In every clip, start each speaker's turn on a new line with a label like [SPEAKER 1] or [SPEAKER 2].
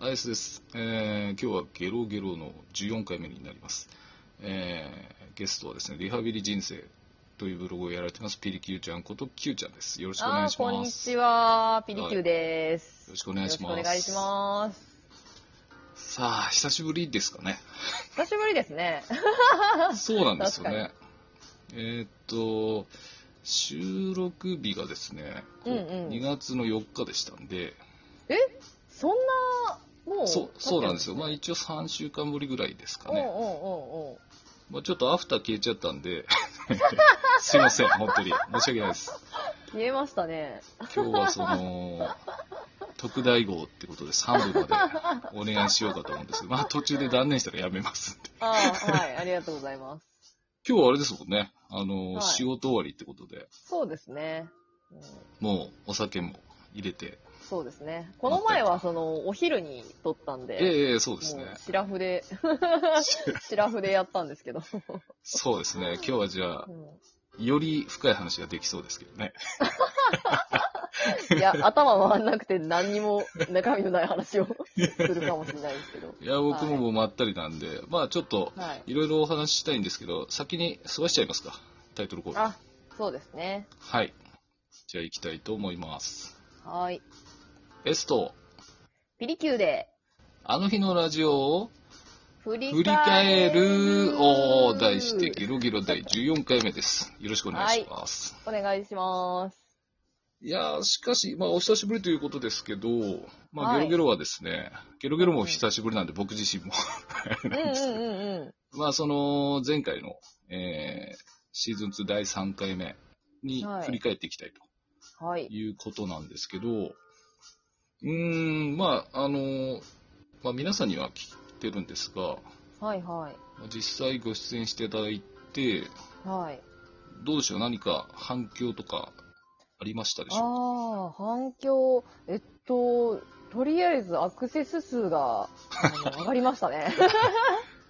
[SPEAKER 1] アイスです、えー、今日はゲロゲロの14回目になります、えー、ゲストはですねリハビリ人生というブログをやられてますピリキューちゃんことキューちゃんですよろしくお願いします
[SPEAKER 2] こんにちはピリキューです、
[SPEAKER 1] よろしくお願いします
[SPEAKER 2] お願いします
[SPEAKER 1] さあ久しぶりですか ね
[SPEAKER 2] 久しぶりですね
[SPEAKER 1] そうなんですよねえー、っと収録日がですね、うんうん、2月の4日でしたんで
[SPEAKER 2] えそんなもう
[SPEAKER 1] そうそうなんですよまあ一応3週間ぶりぐらいですかねまあ、ちょっとアフター消えちゃったん ですいません本当に申し訳ないです
[SPEAKER 2] 消えましたね
[SPEAKER 1] 今日はその特大号ってことで3部までお願いしようかと思うんですまあ途中で断念したらやめますんで
[SPEAKER 2] ああ はいありがとうございます
[SPEAKER 1] 今日はあれですもんねあの、はい、仕事終わりってことで
[SPEAKER 2] そうですね、
[SPEAKER 1] うん、もうお酒も入れて
[SPEAKER 2] そうですね。この前はそのお昼に撮ったんで、
[SPEAKER 1] ええー、そうですね。
[SPEAKER 2] 白筆 で白筆やったんですけど。
[SPEAKER 1] そうですね。今日はじゃあ、うん、より深い話ができそうですけどね。
[SPEAKER 2] いや、頭回んなくて何にも中身のない話をするかもしれないです けど。
[SPEAKER 1] いや、僕ももうまったりなんで、はい、まあちょっといろいろお話ししたいんですけど、先に済ましちゃいますか。タイトルコール。
[SPEAKER 2] あ、そうですね。
[SPEAKER 1] はい。じゃあ行きたいと思います。
[SPEAKER 2] はい。
[SPEAKER 1] ベスト。
[SPEAKER 2] ピリキューで。
[SPEAKER 1] あの日のラジオを
[SPEAKER 2] 振り
[SPEAKER 1] 振り返るを題してゲロゲロ第14回目です。よろしくお願いします。
[SPEAKER 2] はい、お願いします。
[SPEAKER 1] いやしかし、まあ、お久しぶりということですけど、まあ、ゲロゲロはですね、はい、ゲロゲロも久しぶりなんで、僕自身も なんですけど、うんうんうんうん、まあ、その、前回の、えー、シーズン2第3回目に振り返っていきたいと、はい、いうことなんですけど、うーん、まあ、あのー、まあ、皆さんには聞いてるんですが、
[SPEAKER 2] はいはい。
[SPEAKER 1] 実際ご出演していただいて、
[SPEAKER 2] はい。
[SPEAKER 1] どうでしょう、何か反響とかありましたでし
[SPEAKER 2] ょうかああ、反響、えっと、とりあえずアクセス数が 上がりましたね。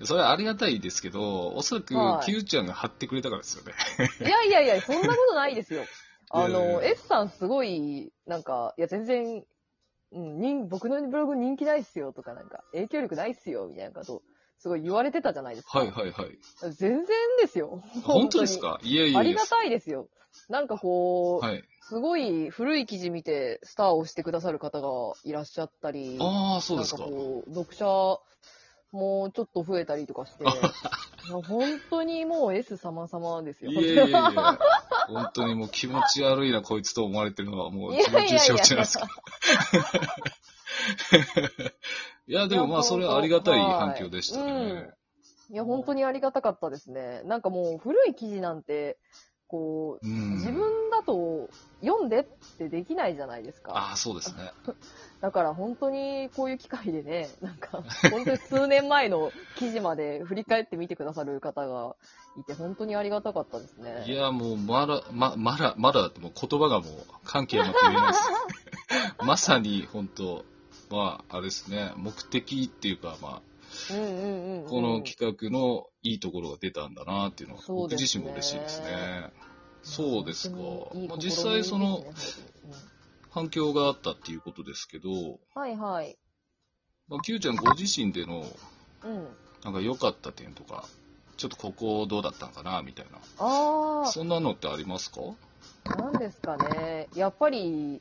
[SPEAKER 1] それはありがたいですけど、おそらく、はい、キューちゃんが貼ってくれたから ですよね。
[SPEAKER 2] いやいやいや、そんなことないですよ。あの、S さんすごい、なんか、いや、全然うん、人、僕のブログ人気ないっすよとかなんか、影響力ないっすよみたいなこと、すごい言われてたじゃないですか。
[SPEAKER 1] はいはいはい。
[SPEAKER 2] 全然ですよ。
[SPEAKER 1] 本当ですかいやいや
[SPEAKER 2] ありがたいですよ。なんかこう、はい、すごい古い記事見てスターをしてくださる方がいらっしゃったり、
[SPEAKER 1] ああ、そうですか。
[SPEAKER 2] かこう、読者もちょっと増えたりとかして、 本当にもう S 様様ですよ。
[SPEAKER 1] いやいやいや。本当にもう気持ち悪いな、こいつと思われてるのはもう気持ち承知なんですけど。いや、でもまあ、それはありがたい反響でしたね。はい
[SPEAKER 2] うん、いや、本当にありがたかったですね。なんかもう古い記事なんて、こう、うん、自分だと読んでってできないじゃないですか。
[SPEAKER 1] ああ、そうですね。
[SPEAKER 2] だから本当にこういう機会でね、 なんか、本当に数年前の記事まで振り返ってみてくださる方がいて、本当にありがたかったですね。
[SPEAKER 1] いや、もう、まだ、ま、まだ、まだ、もう言葉がもう関係なく言えないです。 まさに本当、まあ、あれですね、目的っていうか、まあ、
[SPEAKER 2] うんうんうんうん、
[SPEAKER 1] この企画のいいところが出たんだなっていうのは、ね、僕自身も嬉しいですね。そうですか。いいまあ、実際その、反響があったっていうことですけど、
[SPEAKER 2] はいはい。
[SPEAKER 1] まあ、Q ちゃんご自身での、
[SPEAKER 2] うん、
[SPEAKER 1] なんか良かった点とか、ちょっとここどうだったんかなみたいな。
[SPEAKER 2] あ
[SPEAKER 1] そんなのってありますか
[SPEAKER 2] なんですかね。やっぱり、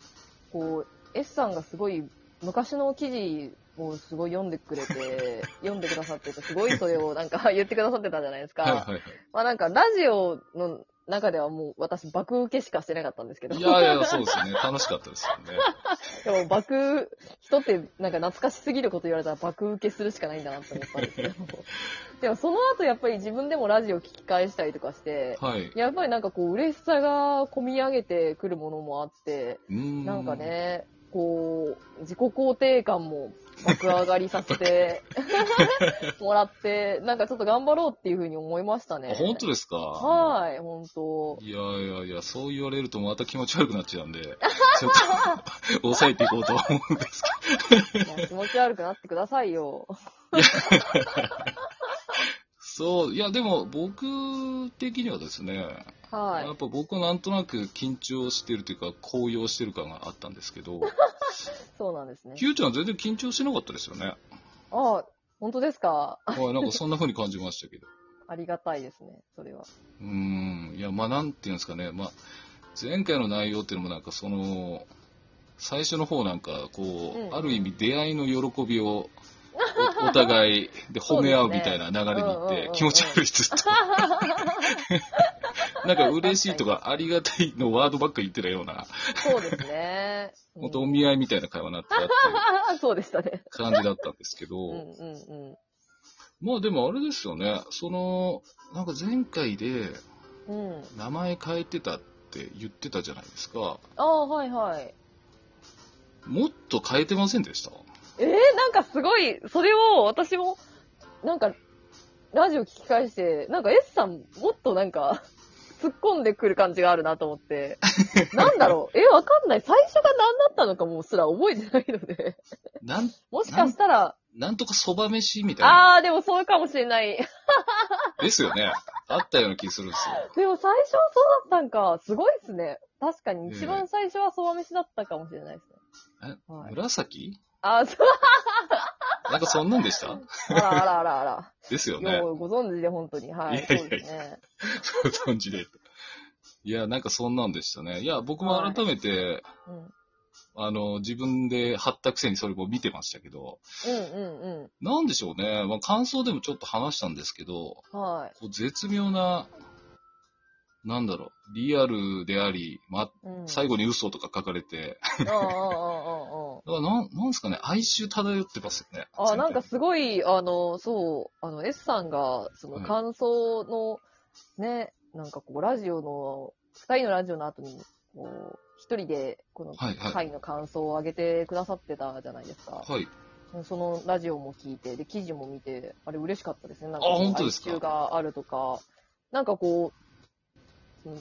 [SPEAKER 2] こう、S さんがすごい昔の記事もうすごい読んでくれて、読んでくださってて、すごいそれをなんか言ってくださってたじゃないですか。
[SPEAKER 1] はいはいはい、
[SPEAKER 2] まあなんかラジオの中ではもう私爆受けしかしてなかったんですけど。
[SPEAKER 1] いやいや、そうです ね。楽しかったです
[SPEAKER 2] よね。でも爆、人ってなんか懐かしすぎること言われたら爆受けするしかないんだなって思ったんです けど。でもその後やっぱり自分でもラジオ聞き返したりとかして、
[SPEAKER 1] はい、
[SPEAKER 2] やっぱりなんかこう嬉しさが込み上げてくるものもあって、
[SPEAKER 1] ん
[SPEAKER 2] なんかね、こう、自己肯定感も爆上がりさせ てもらって、なんかちょっと頑張ろうっていうふうに思いましたね。
[SPEAKER 1] 本当ですか
[SPEAKER 2] はい、本当。
[SPEAKER 1] いやいやいや、そう言われるとまた気持ち悪くなっちゃうんで、ちょっと抑えていこうとは思うんです
[SPEAKER 2] け ど。気持ち悪くなってくださいよ。
[SPEAKER 1] そう、いやでも僕的にはですね、
[SPEAKER 2] は
[SPEAKER 1] や
[SPEAKER 2] い
[SPEAKER 1] っ。ぱ僕はなんとなく緊張してるというか、高揚してる感があったんですけ ど、
[SPEAKER 2] そうなんですね。
[SPEAKER 1] キューちゃんは全然緊張しなかったですよね。
[SPEAKER 2] ああ、本当ですか
[SPEAKER 1] はい、なんかそんな風に感じましたけど。
[SPEAKER 2] ありがたいですね、それは。
[SPEAKER 1] うーん、いや、まあなんていうんですかね、まあ、前回の内容っていうのもなんかその、最初の方なんか、こう、
[SPEAKER 2] うん
[SPEAKER 1] ある意味出会いの喜びを、 おお互いで褒め合うみたいな流れに行っ
[SPEAKER 2] そうですねうんうんうん
[SPEAKER 1] て
[SPEAKER 2] う、ん
[SPEAKER 1] 気持ち悪いずっ と。なんか嬉しいとかありがたいのワードばっか言ってたような、
[SPEAKER 2] そうですね。うん
[SPEAKER 1] 本当お見合いみたいな会話になったっていう
[SPEAKER 2] あ あ、そうでしたね。
[SPEAKER 1] 感じだったんですけど、
[SPEAKER 2] うんうん
[SPEAKER 1] まあでもあれですよね、その、なんか前回で
[SPEAKER 2] うん。うん。
[SPEAKER 1] 名前変えてたって言ってたじゃないですか。
[SPEAKER 2] ああ、はいはい。
[SPEAKER 1] もっと変えてませんでした
[SPEAKER 2] えー、なんかすごい、それを私も、なんか、ラジオ聞き返して、なんか S さんもっとなんか、突っ込んでくる感じがあるなと思 って。なんだろうえ、わかんない。最初が何だったのかもすら覚えてないので。
[SPEAKER 1] なん、
[SPEAKER 2] もしかしたら、
[SPEAKER 1] なんとかそば飯みたいな。
[SPEAKER 2] あー、でもそうかもしれない。
[SPEAKER 1] ですよね。あったような気するんですよ。
[SPEAKER 2] でも最初はそうだったんか。すごいですね。確かに一番最初はそば飯だったかもしれないです
[SPEAKER 1] え
[SPEAKER 2] ね。はい、
[SPEAKER 1] 紫
[SPEAKER 2] あ、そう、
[SPEAKER 1] なんかそんなんでした
[SPEAKER 2] あらあらあらあら。
[SPEAKER 1] ですよ ね。
[SPEAKER 2] ようご存知で本当に。は
[SPEAKER 1] い
[SPEAKER 2] い。
[SPEAKER 1] やいやいや
[SPEAKER 2] そうですね。
[SPEAKER 1] ご存知で。いや、なんかそんなんでしたね。いや、僕も改めて、
[SPEAKER 2] うん。
[SPEAKER 1] あの、自分で貼ったくせにそれも見てましたけど、
[SPEAKER 2] うんうん
[SPEAKER 1] なんでしょうね。まあ、感想でもちょっと話したんですけど、
[SPEAKER 2] うん。はい。
[SPEAKER 1] こう絶妙な、なんだろう、リアルであり、ま、
[SPEAKER 2] うん、
[SPEAKER 1] 最後に嘘とか書かれて、
[SPEAKER 2] うんうんうんうんう
[SPEAKER 1] だ
[SPEAKER 2] ん。
[SPEAKER 1] からなん、なんですかね、哀愁漂ってますよね。
[SPEAKER 2] あ、なんかすごい、あの、そう、あの、S さんが、その
[SPEAKER 1] はい
[SPEAKER 2] 感想の、ね、なんかこう、ラジオの、二人のラジオの後に、こう、一人で、この
[SPEAKER 1] はいはい
[SPEAKER 2] 回の感想を上げてくださってたじゃないですか。
[SPEAKER 1] はい。
[SPEAKER 2] そのラジオも聞いて、で、記事も見て、あれ嬉しかったですね。なん
[SPEAKER 1] あ本当ですか
[SPEAKER 2] 哀愁があるとか、なんかこう、その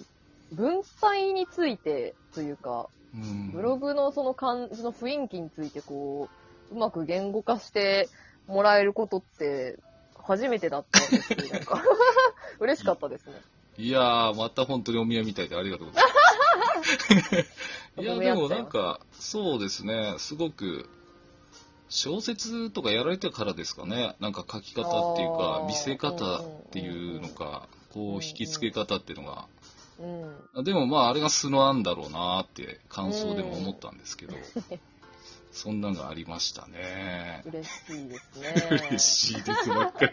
[SPEAKER 2] 文才についてというか、
[SPEAKER 1] うん
[SPEAKER 2] ブログのその感じの雰囲気についてこう、うまく言語化してもらえることって、初めてだったんですけど、なんか、 嬉しかったですね。
[SPEAKER 1] いやー、また本当にお宮みたいでありがとうござい ます。いや、でもなんか、そうですね、すごく、小説とかやられてからですかね、なんか書き方っていう
[SPEAKER 2] あ
[SPEAKER 1] か、
[SPEAKER 2] ー
[SPEAKER 1] 見せ方っていうのか、
[SPEAKER 2] んうん
[SPEAKER 1] こう、引き付け方っていうのが、
[SPEAKER 2] うん。
[SPEAKER 1] でもまあ、あれが素の案だろうなーって感想でも思ったんですけど、 そんなのがありましたね。
[SPEAKER 2] 嬉しいですね。
[SPEAKER 1] 嬉しいですばっ かり。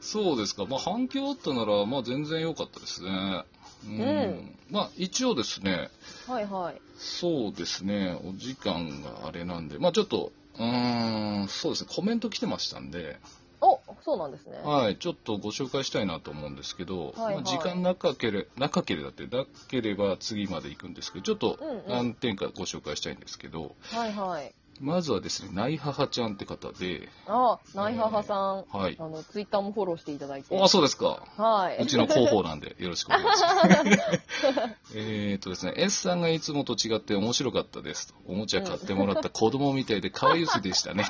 [SPEAKER 1] そうですか。まあ反響あったなら、まあ全然良かったですね。うん。
[SPEAKER 2] うん
[SPEAKER 1] まあ一応ですね、
[SPEAKER 2] はいはい。
[SPEAKER 1] そうですね、お時間があれなんで、まあちょっと、うーん、そうですね、コメント来てましたんで、
[SPEAKER 2] お、そうなんですね。
[SPEAKER 1] はい、ちょっとご紹介したいなと思うんですけど、
[SPEAKER 2] はいはい
[SPEAKER 1] まあ、時間なかけれなかければって、なければ次まで行くんですけど、ちょっと
[SPEAKER 2] うんうん
[SPEAKER 1] 何点かご紹介したいんですけど、
[SPEAKER 2] はいはい。
[SPEAKER 1] まずはですね、ナイハハちゃんって方で、
[SPEAKER 2] あ、ナイハハさん。
[SPEAKER 1] はい、
[SPEAKER 2] あの、ツイッターもフォローしていただいて。
[SPEAKER 1] あ、そうですか。
[SPEAKER 2] は
[SPEAKER 1] う
[SPEAKER 2] い。
[SPEAKER 1] ちの広報なんで、よろしくお願いします。えっとですね、S さんがいつもと違って面白かったですと。おもちゃ買ってもらった子供みたいで可愛いでしたね。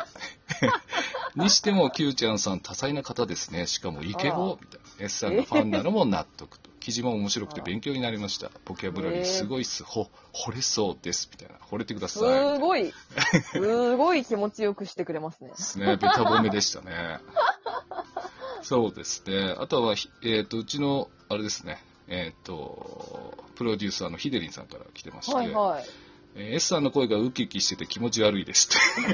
[SPEAKER 1] にしても、Q ちゃんさん多彩な方ですね。しかもイケボみたいな。S さんのファンなのも納得と。記事も面白くて勉強になりました。ボキャブラリーすごいっす。ほ、惚れそうです。みたいな。惚れてくだ
[SPEAKER 2] す
[SPEAKER 1] さいみたいな。
[SPEAKER 2] ごい、すごい気持ちよくしてくれますね。
[SPEAKER 1] ですね。ベタ褒めでしたね。そうですね。あとは、ひえっ、と、うちの、あれですね、えっ、と、プロデューサーのヒデリンさんから来てまして、
[SPEAKER 2] はいはい。
[SPEAKER 1] えー S さんの声がウキウキしてて気持ち悪いですって。。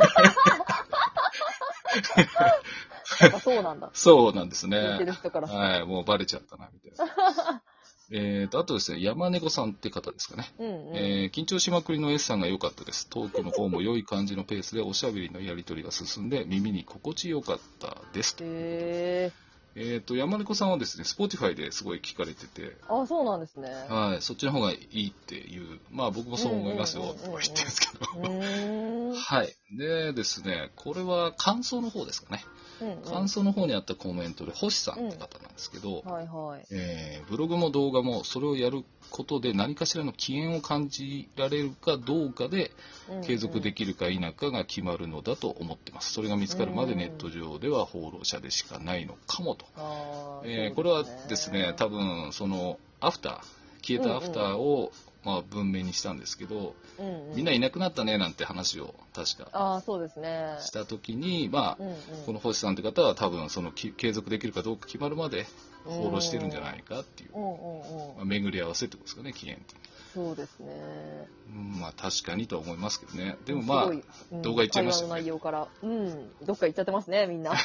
[SPEAKER 2] やっぱそうなんだ
[SPEAKER 1] そうなんです
[SPEAKER 2] 聞いてる
[SPEAKER 1] ね。
[SPEAKER 2] 人からすると。
[SPEAKER 1] はい、もうバレちゃったな、みたいな。えっと、あとですね、山猫さんって方ですかね。
[SPEAKER 2] うんうん。
[SPEAKER 1] えー緊張しまくりの S さんが良かったです。トークの方も良い感じのペースでおしゃべりのやりとりが進んで耳に心地よかったです。
[SPEAKER 2] へえ
[SPEAKER 1] えっ、と、山猫さんはですね、Spotify ですごい聞かれてて、
[SPEAKER 2] ー。あ、そうなんです ね。
[SPEAKER 1] はい、そっちの方がいいっていう、まあ僕もそう思いますよ、
[SPEAKER 2] うんうんうんうん
[SPEAKER 1] とか言ってるんですけ
[SPEAKER 2] う
[SPEAKER 1] ど。
[SPEAKER 2] ーん。
[SPEAKER 1] はい。でですね、これは感想の方ですかね。
[SPEAKER 2] うんうん
[SPEAKER 1] 感想の方にあったコメントで、星さんって方なんですけど、
[SPEAKER 2] はいはい。
[SPEAKER 1] えーブログも動画もそれをやることで何かしらの起源を感じられるかどうかで
[SPEAKER 2] うんうん
[SPEAKER 1] 継続できるか否かが決まるのだと思ってます。それが見つかるまで
[SPEAKER 2] うん
[SPEAKER 1] ネット上では放浪者でしかないのかもと。
[SPEAKER 2] あー
[SPEAKER 1] えー
[SPEAKER 2] そ
[SPEAKER 1] こ
[SPEAKER 2] う
[SPEAKER 1] れはですね、多分そのアフター、消えたアフターを、まあ、文明にしたんですけど、
[SPEAKER 2] うんうん
[SPEAKER 1] みんないなくなったねなんて話を確か
[SPEAKER 2] ああ、そうですね。
[SPEAKER 1] した時に、ま
[SPEAKER 2] うんうん
[SPEAKER 1] あ、この星さんって方は多分そのき継続できるかどうか決まるまで放浪してるんじゃないかっていう、
[SPEAKER 2] うんうんうん
[SPEAKER 1] まあ、巡り合わせってことですかね、期限って。
[SPEAKER 2] そうですね。
[SPEAKER 1] うんまあ確かにとは思いますけどね。でもまあ
[SPEAKER 2] すご、いうん
[SPEAKER 1] 動画いっちゃいましたね
[SPEAKER 2] 会話の内容から。うん。どっか行っちゃってますね、みんな。
[SPEAKER 1] あ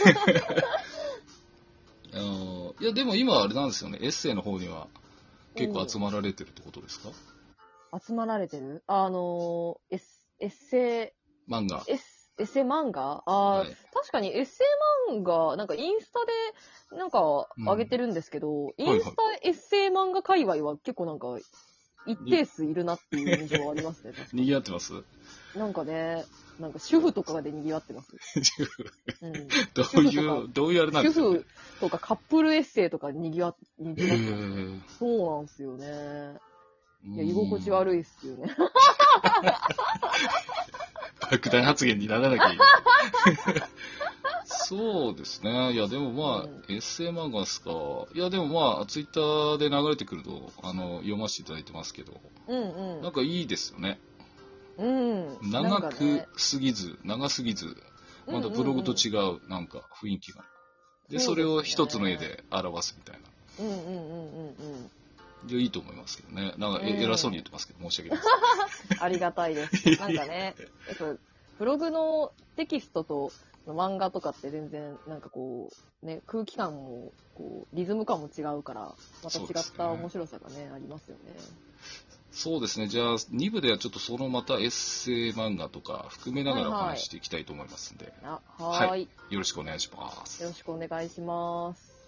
[SPEAKER 1] のいやでも今あれなんですよね、エッセイの方には 結構集まられてるってことですか、
[SPEAKER 2] 集まられてるあのー、エッエッセ
[SPEAKER 1] 漫画。
[SPEAKER 2] イ、エッエッセイ漫画あー、
[SPEAKER 1] はい
[SPEAKER 2] 確かにエッセイ漫画、なんかインスタでなんか上げてるんですけど、
[SPEAKER 1] いはい
[SPEAKER 2] インスタエッセイ漫画界隈は結構なんか一定数いるなっていう印象はありますね。確か
[SPEAKER 1] 賑わってます ど
[SPEAKER 2] になんかね、なんか主婦とかで賑わって ます。うん、
[SPEAKER 1] う
[SPEAKER 2] 主婦
[SPEAKER 1] い
[SPEAKER 2] と
[SPEAKER 1] う、どういうあれなんで
[SPEAKER 2] 主
[SPEAKER 1] すか、ね
[SPEAKER 2] 婦とかカップルエッセイとか賑わ、
[SPEAKER 1] え
[SPEAKER 2] 賑わってます。
[SPEAKER 1] ー
[SPEAKER 2] そうなんですよね。いや、居心地
[SPEAKER 1] い。
[SPEAKER 2] 悪いっすよね。
[SPEAKER 1] 爆弾発言にならなきゃいい。 そうですね。いや、でもまあ、
[SPEAKER 2] うん
[SPEAKER 1] エッセイ漫画ですか。いや、でもまあ、ツイッターで流れてくると、あの、読ませていただいてますけど、
[SPEAKER 2] うん
[SPEAKER 1] なんかいいですよね。
[SPEAKER 2] うん。うん。なん
[SPEAKER 1] 長
[SPEAKER 2] か
[SPEAKER 1] く
[SPEAKER 2] ね
[SPEAKER 1] すぎず、長すぎず、まだ
[SPEAKER 2] うんうんうん
[SPEAKER 1] ブログと違う、なんか雰囲気が。で、
[SPEAKER 2] そ
[SPEAKER 1] そう
[SPEAKER 2] で
[SPEAKER 1] れ
[SPEAKER 2] すね
[SPEAKER 1] を一つの絵で表すみたいな。
[SPEAKER 2] うんうんうんうんうん。
[SPEAKER 1] いやいいと思いますけどね。なんか、え
[SPEAKER 2] うん
[SPEAKER 1] 偉そうに言ってますけど、申し訳ない
[SPEAKER 2] ありがたいです。 なんかね、やっぱブログのテキストと漫画とかって全然、なんかこう、ね、空気感も、こう、リズム感も違うから、また
[SPEAKER 1] そ
[SPEAKER 2] 違
[SPEAKER 1] うです
[SPEAKER 2] っ
[SPEAKER 1] ね
[SPEAKER 2] た面白さがね、ありますよね。
[SPEAKER 1] です。そうですね。じゃあ、2部ではちょっとそのまたエッセイ漫画とか含めながらお
[SPEAKER 2] はいはい
[SPEAKER 1] 話していきたいと思いますんで、
[SPEAKER 2] あはーい,、
[SPEAKER 1] よろしくお願いしま
[SPEAKER 2] よろ
[SPEAKER 1] す。
[SPEAKER 2] しくお願いします。